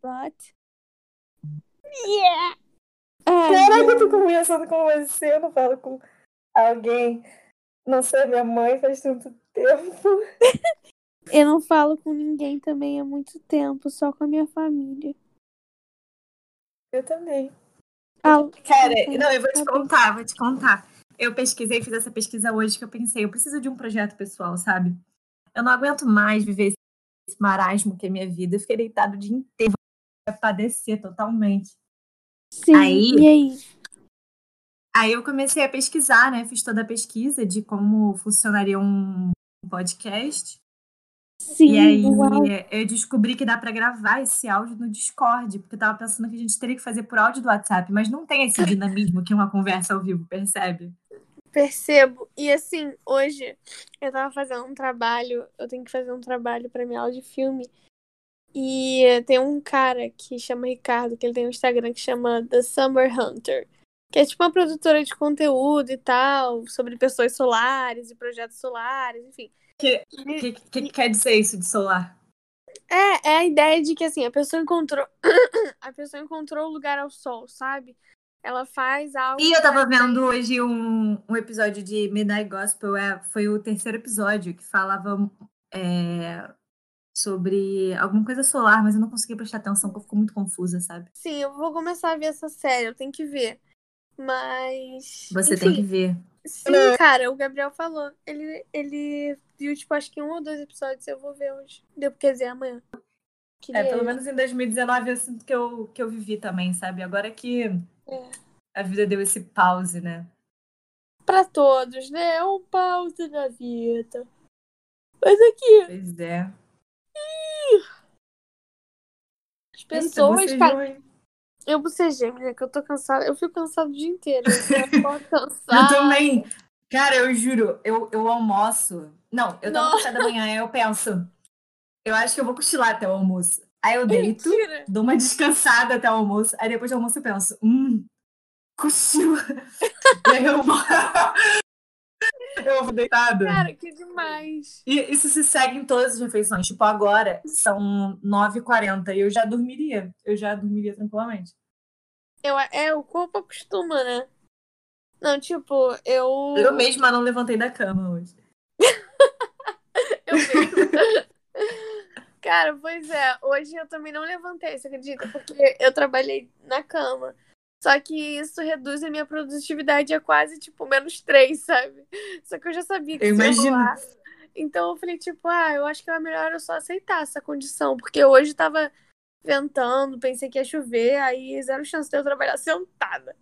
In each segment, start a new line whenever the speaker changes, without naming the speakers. but.
Yeah!
Ai,
Caraca, eu tô conversando com você, eu não falo com alguém. Não sei, minha mãe faz tanto tempo.
eu não falo com ninguém também há muito tempo, só com a minha família.
Eu também.
Ah,
Cara,
Uhum.
não, eu vou te contar, vou te contar. Eu pesquisei, fiz essa pesquisa hoje que eu pensei, eu preciso de um projeto pessoal, sabe? Eu não aguento mais viver esse- esse marasmo que é minha vida. Eu fiquei deitado o dia inteiro, vai padecer totalmente.
sim.
Aí-
E aí?
Aí eu comecei a pesquisar, né? Fiz toda a pesquisa de como funcionaria um podcast.
Sim,
e aí eh,
uau.
eu descobri que dá pra gravar esse áudio no Discord, porque eu tava pensando que a gente teria que fazer por áudio do WhatsApp, mas não tem esse dinamismo que uma conversa ao vivo, percebe?
Percebo. E assim, hoje eu tava fazendo um trabalho, eu tenho que fazer um trabalho pra minha aula de filme. E eh, tem um cara que chama Ricardo, que ele tem um Instagram que chama The Summer Hunter, que é tipo uma produtora de conteúdo e tal, sobre pessoas solares e projetos solares, enfim.
Que- O
E-
que, que- que quer dizer isso de solar?
é, é a ideia de que assim, a pessoa encontrou a pessoa encontrou o lugar ao sol, sabe? Ela faz algo
E eu tava
pra-
vendo hoje um, um episódio de Midnight Gospel, é, foi o terceiro episódio, que falava é, sobre alguma coisa solar, mas eu não consegui prestar atenção, porque eu fico muito confusa, sabe?
Sim, eu vou começar a ver essa série, eu tenho que ver. Mas.
Você
enfim,
tem que ver.
Sim, cara, o Gabriel falou. Ele, ele viu, tipo, acho que um ou dois episódios eu vou ver hoje. Deu, quer dizer, amanhã. Queria
É, pelo
eu.
menos em 2019 eu sinto que eu, que eu vivi também, sabe? Agora que
É.
a vida deu esse pause, né?
Pra todos, né? É um pause na vida. Mas aqui,
Pois é.
as
Eita,
pessoas,
bocejou,
cara.
hein?
Eu bocejei, menina, que eu tô cansada. Eu fico cansada o dia inteiro. Eu tô
Eu
cansada.
também. Cara, eu juro, eu, eu almoço. Não, eu tomo
Nossa.
café da manhã, eu penso. Eu acho que eu vou cochilar até o almoço. Aí eu deito,
Mentira.
dou uma descansada até o almoço. Aí depois do almoço eu penso, hum, cochilo. e aí eu vou. eu vou deitada.
Cara, que demais.
E isso se segue em todas as refeições. Tipo, agora são 9h40 e eu já dormiria. Eu já dormiria tranquilamente.
Eu, é, o corpo acostuma, né? Não, tipo, eu.
Eu mesma não levantei da cama hoje.
Eu mesmo. Cara, pois é, hoje eu também não levantei, você acredita? Porque eu trabalhei na cama. Só que isso reduz a minha produtividade a quase, tipo, menos três, sabe? Só que eu já sabia que
Eu
isso ia
imagino.
rolar. Então eu falei, tipo, ah, eu acho que é melhor eu só aceitar essa condição. Porque hoje tava ventando, pensei que ia chover, aí zero chance de eu trabalhar sentada.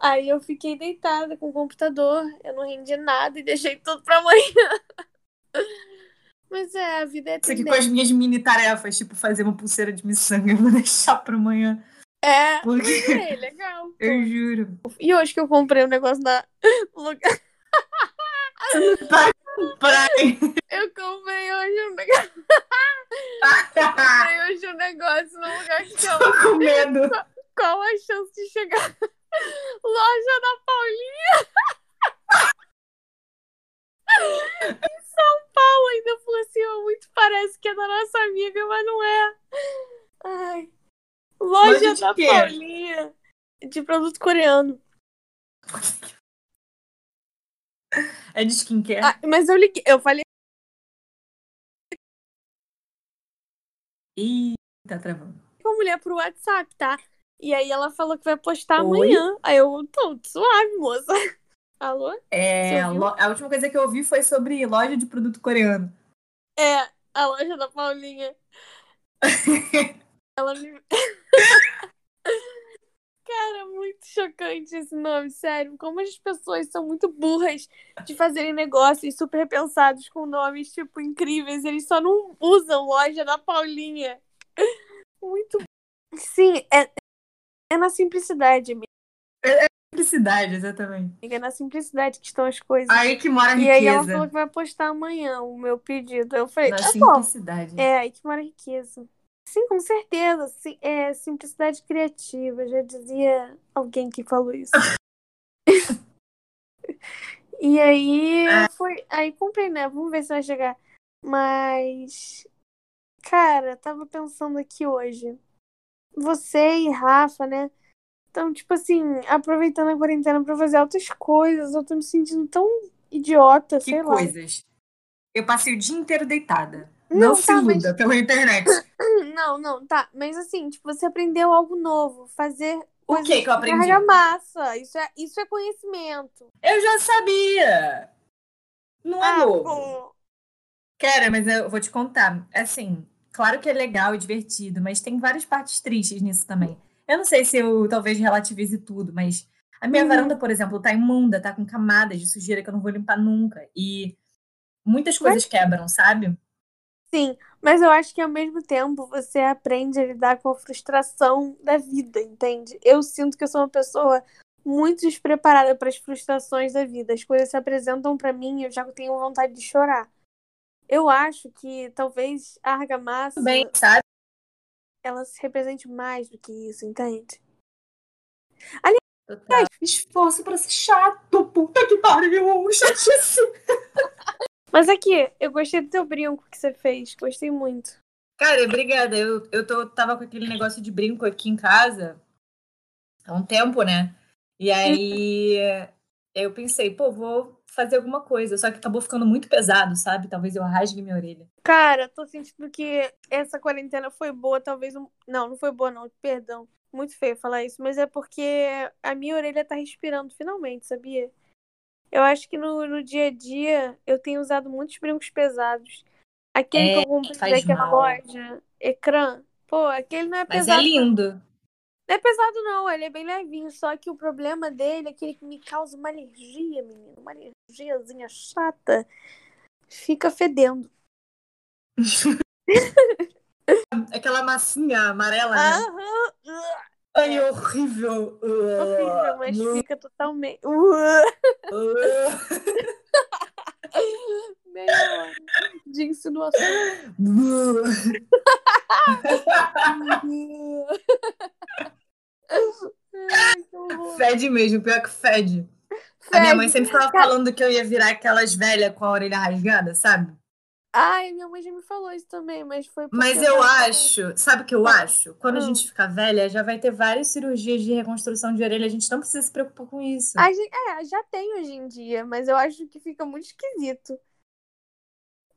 Aí eu fiquei deitada com o computador, eu não rendi nada e deixei tudo pra amanhã. Mas é, a vida é
Isso aqui
tendência.
com as minhas mini tarefas, tipo fazer uma pulseira de miçanga, eu vou deixar pra amanhã.
É,
Porque
mas é legal. pô.
eu juro.
E hoje que eu comprei um negócio na no lugar.
Praia.
Eu comprei hoje um negócio. comprei hoje um negócio no lugar que eu.
Tô com medo.
Qual a chance de chegar? Loja da Paulinha em São Paulo ainda por cima. Muito parece que é da nossa amiga, mas não é. Ai. Loja
Loja de
da
quê?
Paulinha. De produto coreano.
É de skincare.
Ah, mas eu liguei, eu falei,
Ih, tá travando.
com a mulher pro WhatsApp, tá? E aí ela falou que vai postar
Oi?
amanhã. Aí eu, tô suave, moça. Alô?
É,
Você ouviu?
lo- a última coisa que eu ouvi foi sobre loja de produto coreano.
É, a loja da Paulinha. Ela me. Cara, é muito chocante esse nome, sério. Como as pessoas são muito burras de fazerem negócios super pensados com nomes, tipo, incríveis. Eles só não usam loja da Paulinha. Muito. Sim, é, é na simplicidade,
Simplicidade, exatamente.
amiga. Na simplicidade que estão as coisas.
Aí que mora a
E
riqueza.
aí ela falou que vai postar amanhã o meu pedido. Eu falei,
Na
tá bom.
simplicidade.
É, aí que mora a riqueza. Sim, com certeza. Sim, é simplicidade criativa. Já dizia alguém que falou isso. e aí foi. Aí comprei, né? Vamos ver se vai chegar. Mas. Cara, tava pensando aqui hoje. você e Rafa, né? Então, tipo assim, aproveitando a quarentena pra fazer outras coisas. Eu tô me sentindo tão idiota,
Que
sei lá.
coisas. Eu passei o dia inteiro deitada. Não,
Não,
se
tá, mas-
iluda pela internet.
Não, não, tá. Mas assim, tipo, você aprendeu algo novo. Fazer
O que que eu aprendi?
massa. Isso é, isso é conhecimento.
Eu já sabia. Não
Ah,
é novo.
pô.
Cara, mas eu vou te contar. Assim, claro que é legal e divertido, mas tem várias partes tristes nisso também. Eu não sei se eu talvez relativize tudo, mas a minha
Uhum.
varanda, por exemplo, tá imunda, tá com camadas de sujeira que eu não vou limpar nunca. E muitas coisas quebram, sabe?
Sim, mas eu acho que ao mesmo tempo você aprende a lidar com a frustração da vida, entende? Eu sinto que eu sou uma pessoa muito despreparada para as frustrações da vida. As coisas se apresentam para mim e eu já tenho vontade de chorar. Eu acho que talvez a argamassa
Tudo bem, sabe?
ela se represente mais do que isso, entende?
Total. Esforço É, pra ser chato, puta que pariu, chatice.
Mas aqui, eu gostei do teu brinco que você fez, gostei muito.
Cara, obrigada. Eu, eu tô, tava com aquele negócio de brinco aqui em casa há um tempo, né? E aí eu pensei, pô, vou fazer alguma coisa. Só que acabou ficando muito pesado, sabe? Talvez eu rasgue minha orelha.
Cara, tô sentindo que essa quarentena foi boa, talvez um... Não, não foi boa não, perdão. Muito feio falar isso, mas é porque a minha orelha tá respirando finalmente, sabia? Eu acho que no, no dia a dia eu tenho usado muitos brincos pesados. Aquele que eu comprei
É, faz
daquela
mal.
loja, ecrã, pô, aquele não é
Mas
pesado.
é lindo.
Não é pesado, não. Ele é bem levinho. Só que o problema dele é que ele me causa uma alergia, menino. Uma alergiazinha chata. Fica fedendo.
Aquela massinha amarela, né?
Aham.
Ai, horrível.
Horrível, mas fica totalmente. uh, Meio de insinuação. Ai, que horror.
Fede mesmo, pior que fede. A minha mãe
Fede.
sempre ficava falando que eu ia virar aquelas velhas com a orelha rasgada, sabe?
Ai, minha mãe já me falou isso também, mas foi. porque
Mas eu
tava-
acho, sabe o que eu
Ah.
acho? Quando a
Ah.
gente ficar velha, já vai ter várias cirurgias de reconstrução de orelha, a gente não precisa se preocupar com isso.
A gente, é, já tem hoje em dia, mas eu acho que fica muito esquisito.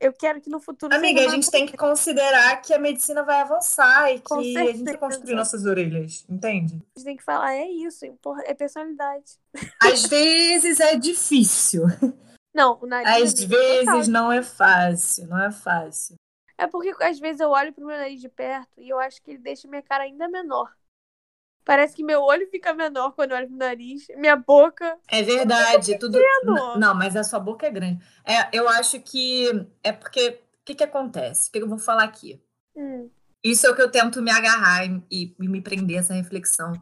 Eu quero que no futuro.
Amiga,
seja
a
uma
gente tem que considerar que a medicina vai avançar e
Com
que a gente
certeza.
reconstrui nossas orelhas, entende?
gente tem que falar, é isso, impor- é personalidade.
Às vezes é difícil,
Não, o nariz.
às
amiga, É total.
vezes não é fácil, não é fácil.
É porque às vezes eu olho pro meu nariz de perto e eu acho que ele deixa minha cara ainda menor. Parece que meu olho fica menor quando eu olho pro nariz, minha boca.
É verdade, é tudo. N- Não, mas a sua boca é grande. É, eu acho que é porque o que que acontece? O que que eu vou falar aqui?
Hum,
Isso é o que eu tento me agarrar e, e- e me prender a essa reflexão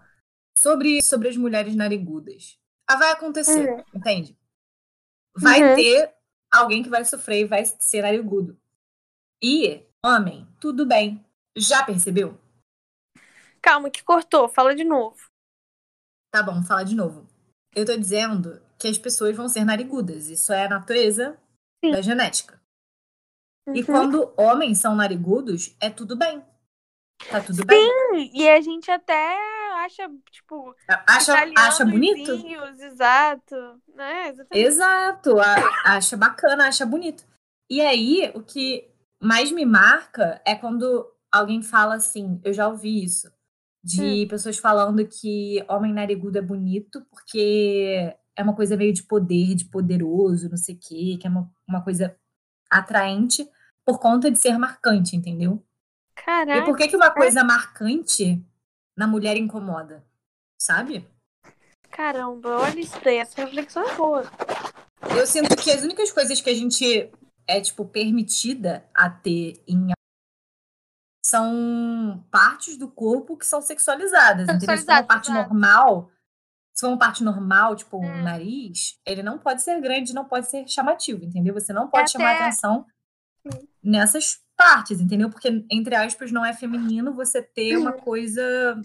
sobre, sobre as mulheres narigudas. Ah, vai acontecer,
hum.
entende? Vai
É. Uhum.
ter alguém que vai sofrer e vai ser narigudo. E, homem, tudo bem. Já percebeu?
Calma, que cortou, fala de novo.
Tá bom, fala de novo. Eu tô dizendo que as pessoas vão ser narigudas. Isso é a natureza
Sim.
da genética. E
Uhum.
quando homens são narigudos, é tudo bem. Tá tudo
Sim.
bem.
E a gente até acha, tipo,
Acha, acha
italianos,
bonito?
vinhos, Exato. Né? Exatamente.
Exato, a- acha bacana, acha bonito. E aí, o que mais me marca é quando alguém fala assim, eu já ouvi isso, de
Hum.
pessoas falando que homem narigudo é bonito porque é uma coisa meio de poder, de poderoso, não sei o quê, que é uma, uma coisa atraente por conta de ser marcante, entendeu? E
Caraca.
por que, que uma coisa marcante na mulher incomoda, sabe?
Caramba, olha isso daí, essa reflexão é boa.
Eu sinto que as únicas coisas que a gente é, tipo, permitida a ter em são partes do corpo que são sexualizadas, entendeu? Se for uma
Sexualizadas,
parte
exato.
normal, se for uma parte normal, tipo, o
Hum.
nariz, ele não pode ser grande, não pode ser chamativo, entendeu? Você não pode
até- Hum.
chamar atenção
Sim.
nessas partes, entendeu? Porque, entre aspas, não é feminino você ter uma coisa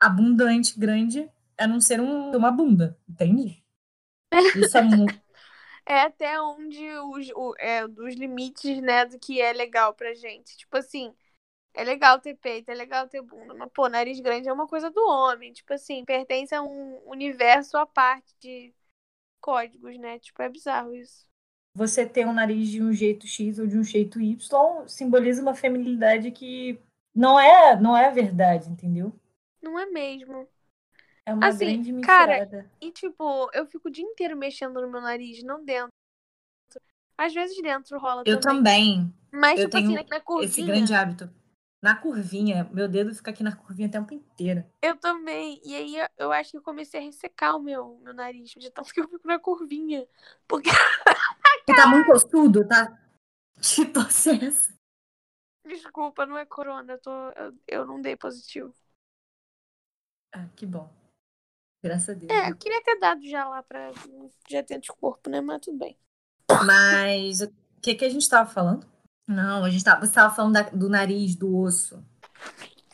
abundante, grande, a não ser um- uma bunda, entende? Isso é muito.
É até onde os, o- é, dos limites, né, do que é legal pra gente. Tipo assim, É legal ter peito, é legal ter bunda, mas, pô, nariz grande é uma coisa do homem. Tipo assim, pertence a um universo à parte de códigos, né? Tipo, é bizarro isso.
Você ter um nariz de um jeito X ou de um jeito Y simboliza uma feminilidade que não é, não é verdade, entendeu?
Não é mesmo.
É uma
Assim,
grande
cara,
mentirada.
E, tipo, eu fico o dia inteiro mexendo no meu nariz, não dentro. Às vezes dentro rola
eu
também.
também,
Mas,
eu
tipo assim,
tenho
na, na
esse
curvinha,
grande hábito. Na curvinha, meu dedo fica aqui na curvinha o tempo inteiro.
eu também. E aí eu, eu acho que eu comecei a ressecar o meu, meu nariz, de tanto que eu fico na curvinha. Porque,
Você tá muito ossudo, tá? Te processo.
desculpa, não é corona, eu, tô, eu, eu não dei positivo.
Ah, que bom. Graças a Deus.
É, eu queria ter dado já lá pra. Já ter anticorpo, né? Mas tudo bem.
Mas o que, que a gente tava falando? Não, a gente tava, você tava falando da- do nariz, do osso.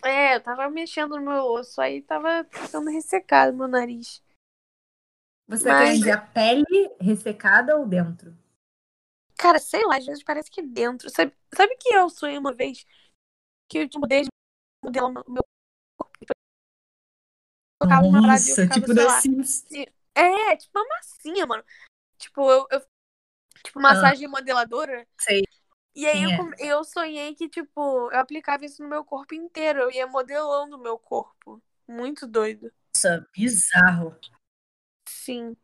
É, eu tava mexendo no meu osso, aí tava ficando ressecado meu nariz.
Você
Mas-
quer dizer é a pele ressecada ou dentro?
Cara, sei lá, às vezes parece que dentro. Sabe, sabe que eu sonhei uma vez que eu te mudei de modelo no meu corpo? Tipo, Eu tocava uma parada e eu
tipo
ficava, sei lá.
Sims.
É, tipo uma massinha, mano. Tipo, eu. eu- tipo, massagem modeladora.
Ah. Sei.
E aí
Sim,
eu,
é.
come- eu sonhei que, tipo, eu aplicava isso no meu corpo inteiro. Eu ia modelando o meu corpo. Muito doido.
Nossa, bizarro.
Sim.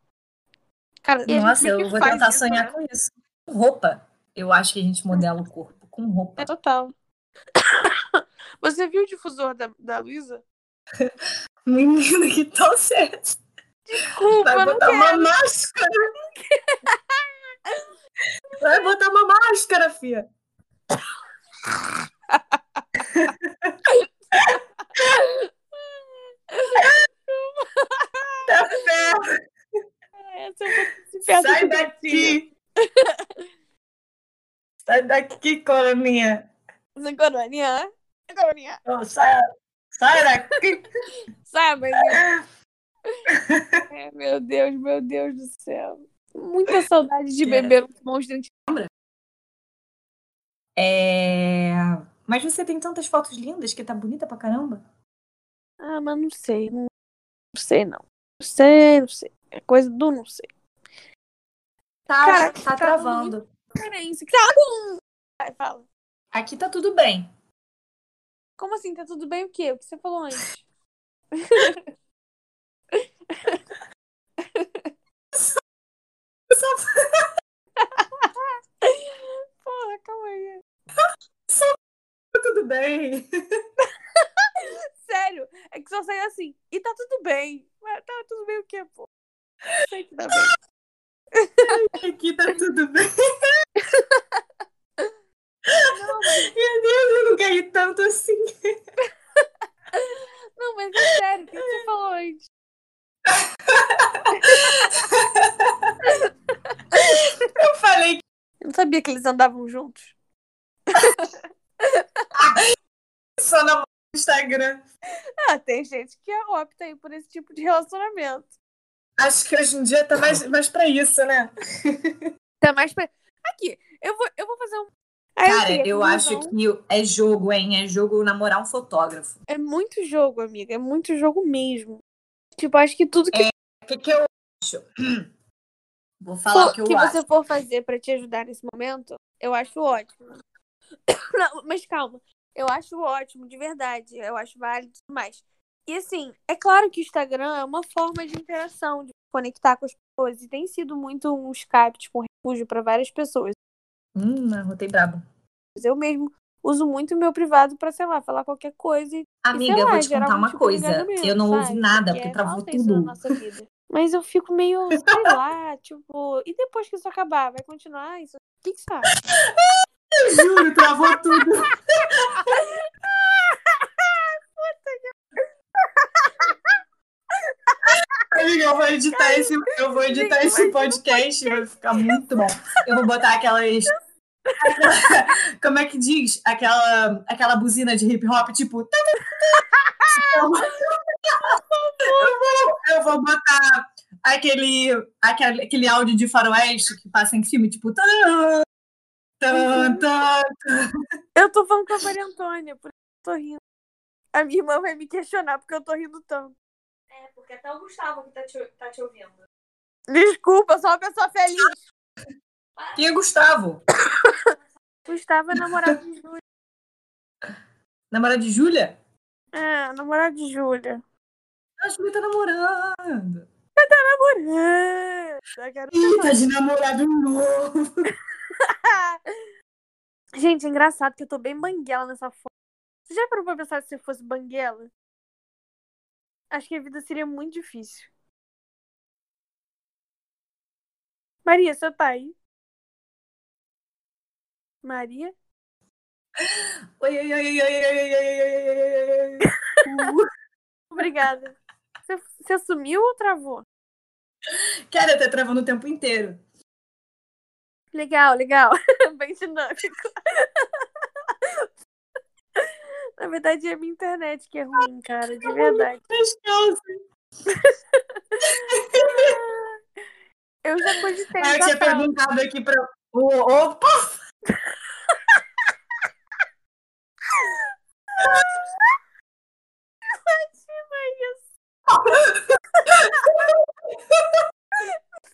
Cara, e a gente
Nossa,
meio que
eu vou
faz
tentar
isso,
sonhar
né?
com isso. Com roupa. Eu acho que a gente modela o corpo com roupa.
É total. Você viu o difusor da, da Luísa?
Menina, que tal certo?
Desculpa, eu não quero.
uma máscara. Vai botar uma máscara, fia. Tá ferro,
Essa eu vou se perto do gatilho.
Sai daqui, coroninha.
Sem coroninha, sem coroninha.
Ô, sai, sai daqui.
Sabe? né? É, meu Deus, meu Deus do céu. Muita saudade de
É.
beber um monstro antigo.
É... Mas você tem tantas fotos lindas que tá bonita pra caramba.
Ah, mas não sei. Não sei, não. Não sei, não sei. É coisa do não sei.
Tá,
Cara,
tá
tá
travando.
Carência. que tá- Vai, fala.
Aqui tá tudo bem.
Como assim? Tá tudo bem o quê? O que você falou antes?
tá
Porra, calma aí.
Tá tudo bem.
Sério, é que só sai assim. E tá tudo bem. Mas tá tudo bem o quê, pô? Sei que tá bem.
Aqui tá tudo bem.
Não, mas,
Meu Deus, eu não caí tanto assim.
não, mas é sério, o que você falou antes?
Eu falei que
Eu não sabia que eles andavam juntos.
só namoro no Instagram.
Ah, tem gente que opta aí por esse tipo de relacionamento.
Acho que hoje em dia tá mais, mais pra isso, né?
Tá mais pra. Aqui, eu vou, eu vou fazer um. Aí,
Cara,
assim,
eu
a
acho
conclusão
que é jogo, hein? É jogo namorar um fotógrafo.
É muito jogo, amiga. É muito jogo mesmo. Tipo, acho que tudo que,
O que, que eu acho? Vou falar
for-
o que eu
que
acho.
você for fazer pra te ajudar nesse momento, eu acho ótimo. Não, mas calma. Eu acho ótimo, de verdade. Eu acho válido e tudo mais. E assim, é claro que o Instagram é uma forma de interação, de conectar com as pessoas. E tem sido muito um Skype, tipo, um refúgio pra várias pessoas.
Hum, arrotei brabo.
Eu mesmo uso muito o meu privado pra, sei lá, falar qualquer coisa. E,
Amiga,
sei lá,
eu vou te
gerar
contar
algum
uma
tipo de
coisa.
engajamento,
Eu não ouvi
sabe?
nada,
Porque é
porque travou
falta isso na
tudo.
nossa vida. Mas eu fico meio, sei lá, tipo, e depois que isso acabar, vai continuar isso? O que, que você acha?
Eu juro, travou tudo. Amiga, eu vou editar esse, eu vou editar esse podcast, vai ficar muito bom. Eu vou botar aquelas. Como é que diz? Aquela, aquela buzina de hip hop, tipo. Eu vou, eu vou botar aquele, aquele, aquele áudio de faroeste que passa em filme, tipo. tan, tan, tan.
Eu tô falando com a Maria Antônia, por tô rindo. A minha irmã vai me questionar porque eu tô rindo tanto.
É, porque até o Gustavo que tá te, tá te ouvindo.
Desculpa, eu sou uma pessoa feliz.
Quem é Gustavo?
Gustavo é namorado de Júlia.
Namorado de Júlia?
É, namorado de Júlia.
A Júlia tá namorando.
Namorando. A garota
Ih, tá de namorado novo.
Gente, é engraçado que eu tô bem banguela nessa foto. Você já parou pra pensar se eu fosse banguela? Acho que a vida seria muito difícil. Maria, você tá aí? Maria?
Oi, oi, oi, oi, oi, oi, oi, oi, oi, oi, oi, oi, oi.
Obrigada. Você, você sumiu ou travou?
Cara, tá travando o tempo inteiro.
Legal, legal. Bem dinâmico. Na verdade, é a minha internet que é ruim, cara, de verdade.
Descansa.
Eu já cogitei
Ah, eu tinha
usar fralda.
perguntado aqui pra. Ô, Opa!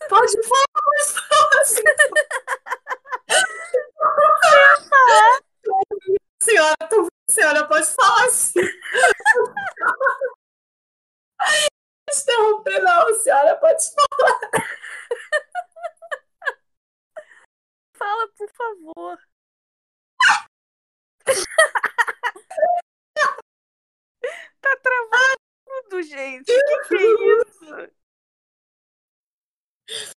Pode falar, mas fala assim. Senhora, tu- senhora, pode falar assim. Interromper, não, senhora, pode falar.
Fala, por favor. tá travando tudo, gente. Que que é isso?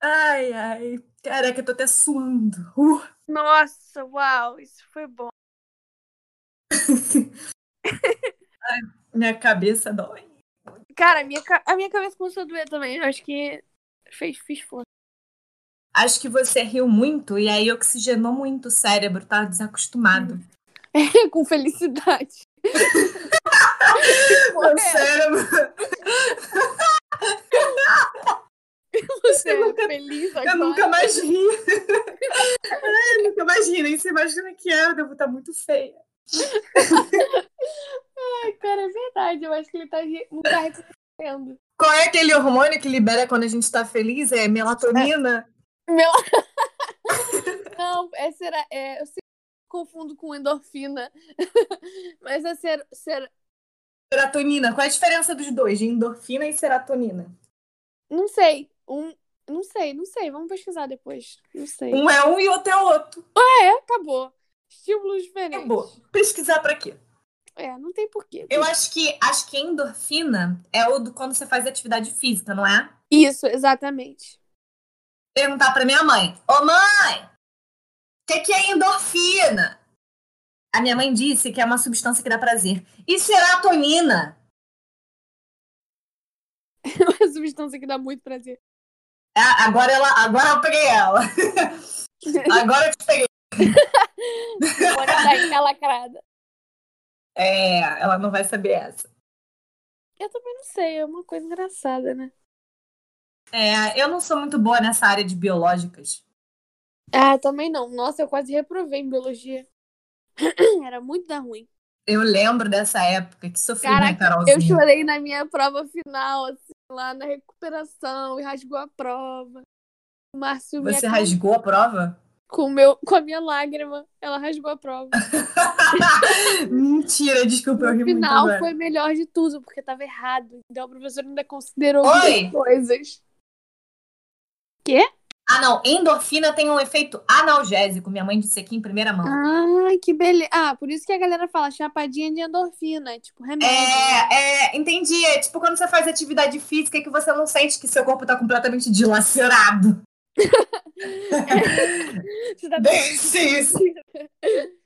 Ai, ai. Caraca, eu tô até suando. Uh.
Nossa, uau, isso foi bom.
Minha cabeça dói.
Cara, a minha, ca- a minha cabeça começou a doer também. Eu acho que fez, fiz força.
Acho que você riu muito e aí oxigenou muito o cérebro, tá desacostumado.
Com felicidade.
Meu cérebro,
Você
nunca-
é feliz agora.
eu nunca mais ri. Ai, eu nunca mais ri, nem se imagina que era, eu devo estar muito feia.
Ai, cara, é verdade. Eu acho que ele tá, re- não tá reconhecendo.
Qual é aquele hormônio que libera quando a gente tá feliz? É melatonina?
Meu... Não, é, será, é, eu sempre confundo com endorfina. Mas é ser, ser,
Serotonina. Qual é a diferença dos dois, de endorfina e serotonina?
Não sei. Um. Não sei, não sei. Vamos pesquisar depois. Não sei.
Um é um e outro é outro.
É, acabou. Estímulos diferentes.
Acabou. Pesquisar pra quê?
É, não tem porquê.
Eu acho que acho que endorfina é o do quando você faz atividade física, não é?
Isso, exatamente.
perguntar pra minha mãe: Ô mãe, o que, que é endorfina? A minha mãe disse que é uma substância que dá prazer. E serotonina?
É uma substância que dá muito prazer.
Ah, agora ela, agora eu peguei ela. agora eu te peguei.
Bora dar aquela tá lacrada.
É, ela não vai saber essa.
Eu também não sei, é uma coisa engraçada, né?
É, eu não sou muito boa nessa área de biológicas.
Ah, também não. Nossa, eu quase reprovei em biologia. Era muito da ruim.
Eu lembro dessa época que sofri, né,
Caraca,
Carolzinha?
eu chorei na minha prova final, assim, lá na recuperação, e rasgou a prova. O Márcio me
Você
acolheu.
rasgou a prova?
com, o meu, com a minha lágrima, ela rasgou a prova. Hum,
Mentira, desculpa, eu
No
ri
final
muito agora.
foi melhor de tudo, porque tava errado. Então o professor ainda considerou
Oi!
muitas coisas.
Ah, não, endorfina tem um efeito analgésico. Minha mãe disse aqui em primeira
Ah,
mão.
Ai, que beleza. Ah, por isso que a galera fala chapadinha de endorfina, é tipo remédio.
É, é, entendi. É tipo quando você faz atividade física que você não sente que seu corpo tá completamente dilacerado.
Você tá doente.
Desse É, isso.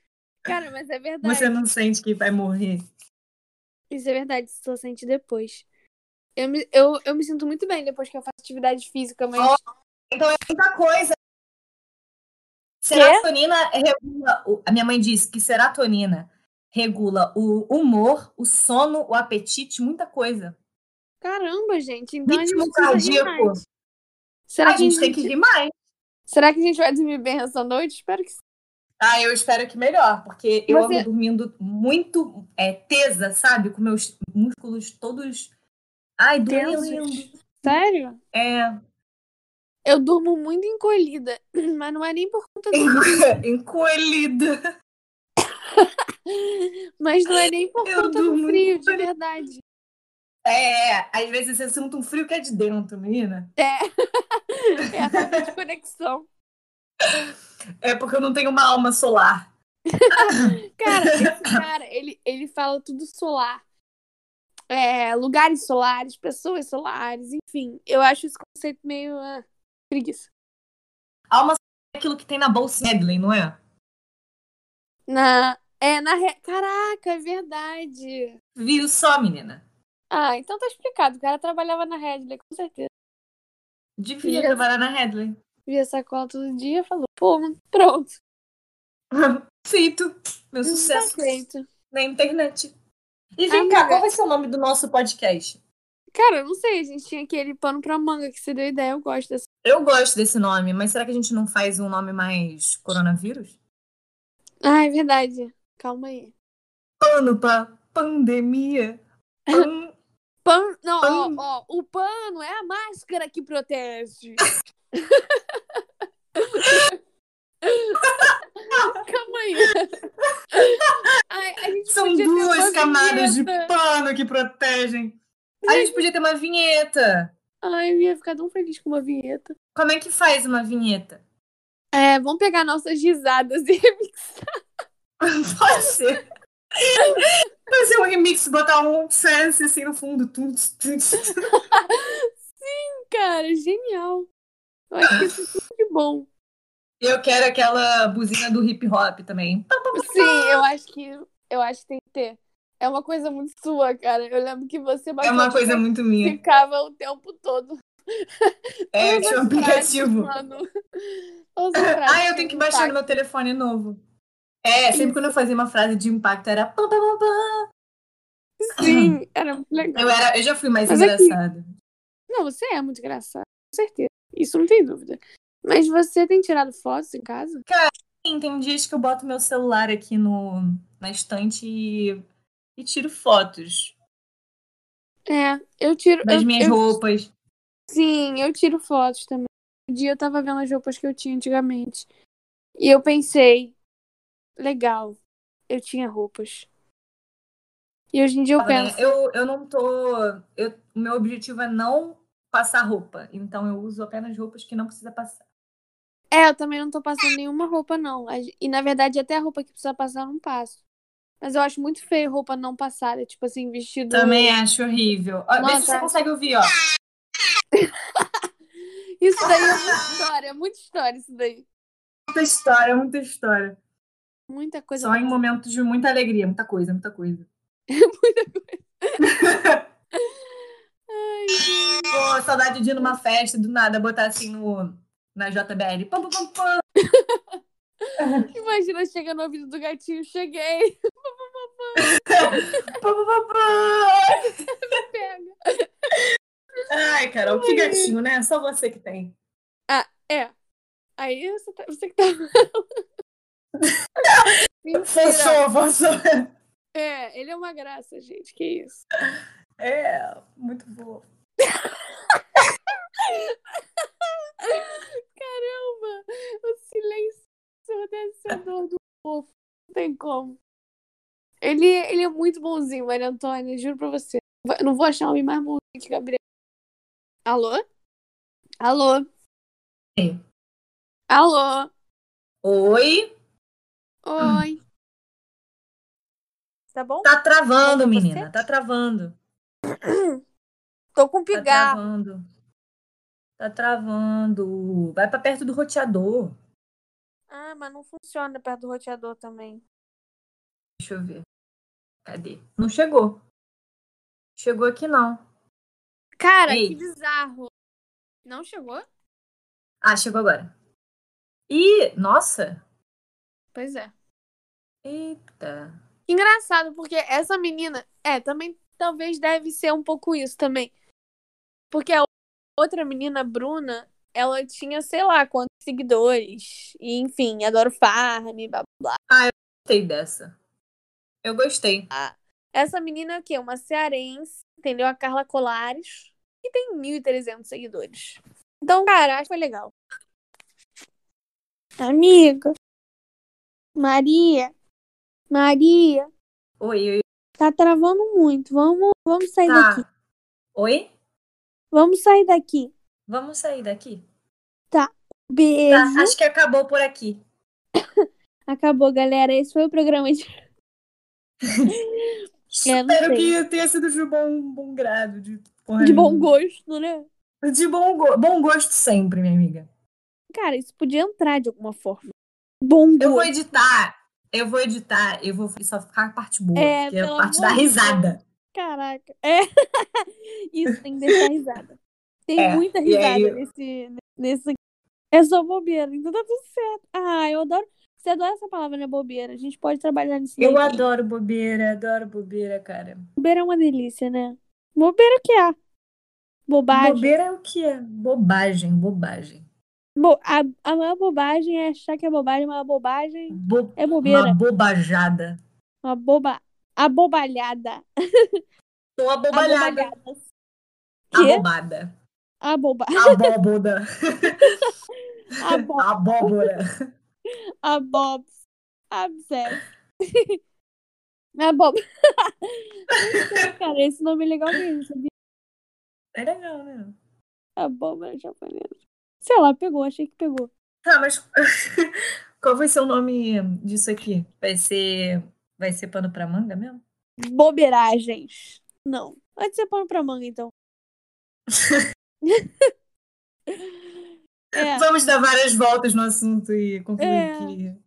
Cara, mas é verdade.
Você não sente que vai morrer.
Isso é verdade, você só sente depois. Eu me, eu, eu me sinto muito bem depois que eu faço atividade física, mas.
Ó, Então é muita coisa. Serotonina regula. o- A minha mãe disse que serotonina regula o humor, o sono, o apetite, muita coisa.
Caramba, gente. Então a gente
Ritmo
precisa rir
cardíaco.
mais. Será
A
que
gente tem que rir mais.
Será que a gente vai dormir bem essa noite? Espero que sim.
Ah, eu espero que melhor, porque eu
Você-
ando dormindo muito é, tesa, sabe? Com meus músculos todos. Ai, doendo.
Sério?
É,
Eu durmo muito encolhida, mas não é nem por conta do.
encolhida.
Mas não é nem por
Eu
conta do
durmo
frio, de
encolhida.
verdade.
É, às vezes eu sinto um frio que é de dentro, menina.
É a falta de conexão.
É porque eu não tenho uma alma solar.
Cara, esse cara, ele, ele fala tudo solar. É, lugares solares, pessoas solares, enfim. Eu acho esse conceito meio ah, preguiça.
Alma solar é aquilo que tem na bolsa Medley, não é?
Na, é, na. re- Caraca, é verdade.
Viu só, menina?
Ah, então tá explicado. O cara trabalhava na Redley, com certeza.
Devia
Yes.
trabalhar na Medley.
Via sacola todo dia, falou, pô, pronto.
Feito. Meu
Sucesso.
um sucesso na internet. E
Ah,
vem cá,
amiga.
qual vai ser o nome do nosso podcast?
Cara, eu não sei, a gente tinha aquele pano pra manga que você deu ideia, eu gosto dessa.
Eu gosto desse nome, mas será que a gente não faz um nome mais coronavírus?
Ah, é verdade. Calma aí.
Pano pra pandemia.
É,
Um, Pan-
Pano. Não, ó,
Pano.
ó, o pano é a máscara que protege. Calma aí. Ai, a gente
São
podia ter
duas
uma
camadas de
vinheta.
pano que protegem. A gente podia ter uma vinheta.
Ai, eu ia ficar tão feliz com uma vinheta.
Como é que faz uma vinheta?
É, vamos pegar nossas risadas e remixar.
Pode ser. Fazer um remix, botar um sense assim no fundo. Tum, tum, tum.
Cara, genial. Eu acho que isso é tudo de bom.
Eu quero aquela buzina do hip hop também.
Sim, eu acho que eu acho que tem que ter. É uma coisa muito sua, cara. Eu lembro que você
É uma
bastante
coisa muito minha.
ficava o tempo todo.
É, eu
Todas
tinha um
as frases,
aplicativo.
mano. Todas as frases
Ah, eu tenho que
tinham
baixar no
impacto.
meu telefone novo. É, sempre quando eu fazia uma frase de impacto era. pam, pam, pam, pam.
Sim, era muito legal.
Eu, era, eu já fui mais
Mas aqui-
engraçada.
Não, você é muito engraçado, com certeza. Isso não tem dúvida. Mas você tem tirado fotos em casa?
Sim, tem dias que eu boto meu celular aqui no, na estante e, e tiro fotos
É, eu tiro.
das
eu-
minhas
eu-
roupas.
Sim, eu tiro fotos também. Um dia eu tava vendo as roupas que eu tinha antigamente. E eu pensei, legal, eu tinha roupas. E hoje em dia eu
Sabe, né?
penso,
Eu, eu não tô. eu- o meu objetivo é não passar roupa. Então eu uso apenas roupas que não precisa passar.
é, eu também não tô passando nenhuma roupa, não. A gen- E na verdade, até a roupa que precisa passar eu não passo. Mas eu acho muito feio roupa não passada, tipo assim, vestido.
Também é. acho horrível. Ó,
Mano,
vê se você
tá-
consegue ouvir, ó.
Isso daí é muita história, é muita história isso daí.
Muita história, muita história.
Muita coisa.
Só em momentos de muita alegria, muita coisa, muita coisa. muita coisa. Pô, saudade de ir numa festa, do nada, botar assim no, na JBL. Pam, pam, pam, pam.
Imagina chega no ouvido do gatinho, cheguei,
pam, pam, pam.
pega.
Ai, Carol, que gatinho, né? Só você que tem.
É. Aí você, tá- você que tá. Mentira.
Forçou, forçou.
É, ele é uma graça, gente. Que isso.
É, muito boa.
Caramba! O silêncio ensurdecedor do povo. Não tem como. Ele, ele é muito bonzinho, Maria Antônia. Juro pra você. Eu não vou achar homem mais bonzinho que Gabriel. Alô? Alô?
Sim.
Alô?
Oi, Hum.
Oi? Tá bom?
tá travando,
Você?
menina. Tá travando.
Tô com
Tá travando. Tá travando. Vai pra perto do roteador.
Ah, mas não funciona perto do roteador também.
Deixa eu ver. Cadê? Não chegou. Chegou aqui não.
Cara,
Ei.
que bizarro. Não chegou?
Ah, chegou agora. Ih, nossa.
Pois é.
Eita.
Engraçado, porque essa menina, é, também talvez deve ser um pouco isso também. Porque a outra menina, a Bruna, ela tinha, sei lá, quantos seguidores. E, enfim, adoro farm, blá blá.
Gostei dessa. Eu gostei.
Essa menina é o quê? Uma cearense, entendeu? A Carla Colares, que tem 1.300 seguidores. Então, cara, acho que foi legal. Amiga. Maria. Maria.
Oi, oi.
Tá travando muito. Vamos, vamos sair daqui.
Tá. Oi?
Vamos sair daqui.
Vamos sair daqui? Tá,
Beijo.
acho que acabou por aqui. Tá.
Acabou, galera. Esse foi o programa de. É, não sei.
Espero que tenha sido de bom, bom grado. De, porra
De bom
nenhuma.
gosto, né?
De bom, go- bom gosto sempre, minha amiga.
Cara, isso podia entrar de alguma forma. Bom
Eu vou
gosto.
editar. Eu vou editar. Eu vou só ficar a parte boa.
É,
que é a
pelo
parte da
amor de
risada.
Caraca. É. Isso, tem que deixar risada. Tem
É,
muita
e aí-
risada nesse, nesse. É só bobeira, então tá tudo certo. Ah, eu adoro. Você adora essa palavra, né? Bobeira. A gente pode trabalhar nisso.
Eu
daí.
adoro bobeira, adoro bobeira, cara.
Bobeira é uma delícia, né? Bobeira é o que é? Bobagem.
Bobeira é o que é? Bobagem, bobagem.
Bo- a, a maior bobagem é achar que é bobagem, mas a bobagem
Bo-
é
uma
bobeira.
bobajada.
Uma boba. Abobalhada.
Tô abobalhada.
Abobalhadas. Que?
Abobada.
Aboba.
Abóboda.
Abo...
Abóbora.
Abobs. Absess. Abob. Cara, esse nome é legal mesmo, sabia?
É legal, né?
Aboba japonesa. Sei lá, pegou, achei que pegou.
Tá, mas qual vai ser o nome disso aqui? Vai ser. Vai ser pano pra manga mesmo?
Bobeiragens. Não. Pode ser pano pra manga, então. É.
Vamos dar várias voltas no assunto e concluir
É.
que.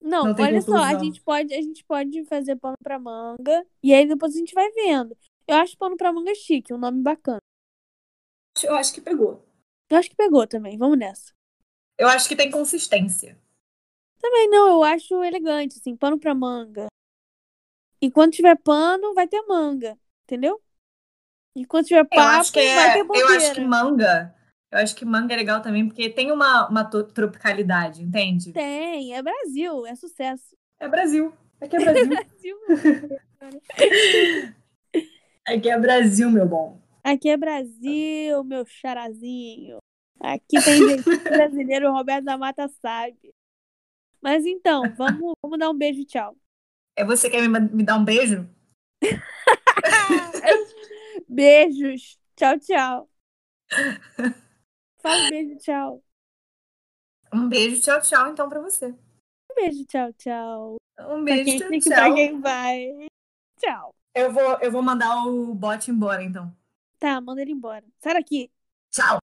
Não,
Não tem
olha só, a
conclusão.
gente, pode, a gente pode fazer pano pra manga e aí depois a gente vai vendo. Eu acho pano pra manga chique, um nome bacana.
Eu acho que pegou.
Eu acho que pegou também, vamos nessa.
Eu acho que tem consistência.
Também não, eu acho elegante, assim, pano pra manga. E quando tiver pano, vai ter manga, entendeu? E quando tiver
Eu
papo,
acho que é-
vai ter
eu acho que
bobeira.
manga. Eu acho que manga é legal também, porque tem uma, uma to- tropicalidade, entende?
Tem, é Brasil, é sucesso.
É Brasil. Aqui é Brasil.
Brasil.
Aqui é Brasil, meu bom.
Aqui é Brasil, meu charazinho. Aqui tem gente é brasileiro, o Roberto da Mata sabe. Mas então, vamos, vamos dar um beijo e tchau.
É você que quer me, me dar um beijo?
Beijos. Tchau, tchau. Fala um beijo, tchau.
Um beijo, tchau, tchau, então, pra você.
Um beijo, tchau, tchau. Pra
Um beijo,
quem
tchau,
fica e pra
tchau.
quem vai. Tchau.
Eu vou, eu vou mandar o bot embora, então.
Tá, manda ele embora. Sai daqui.
Tchau!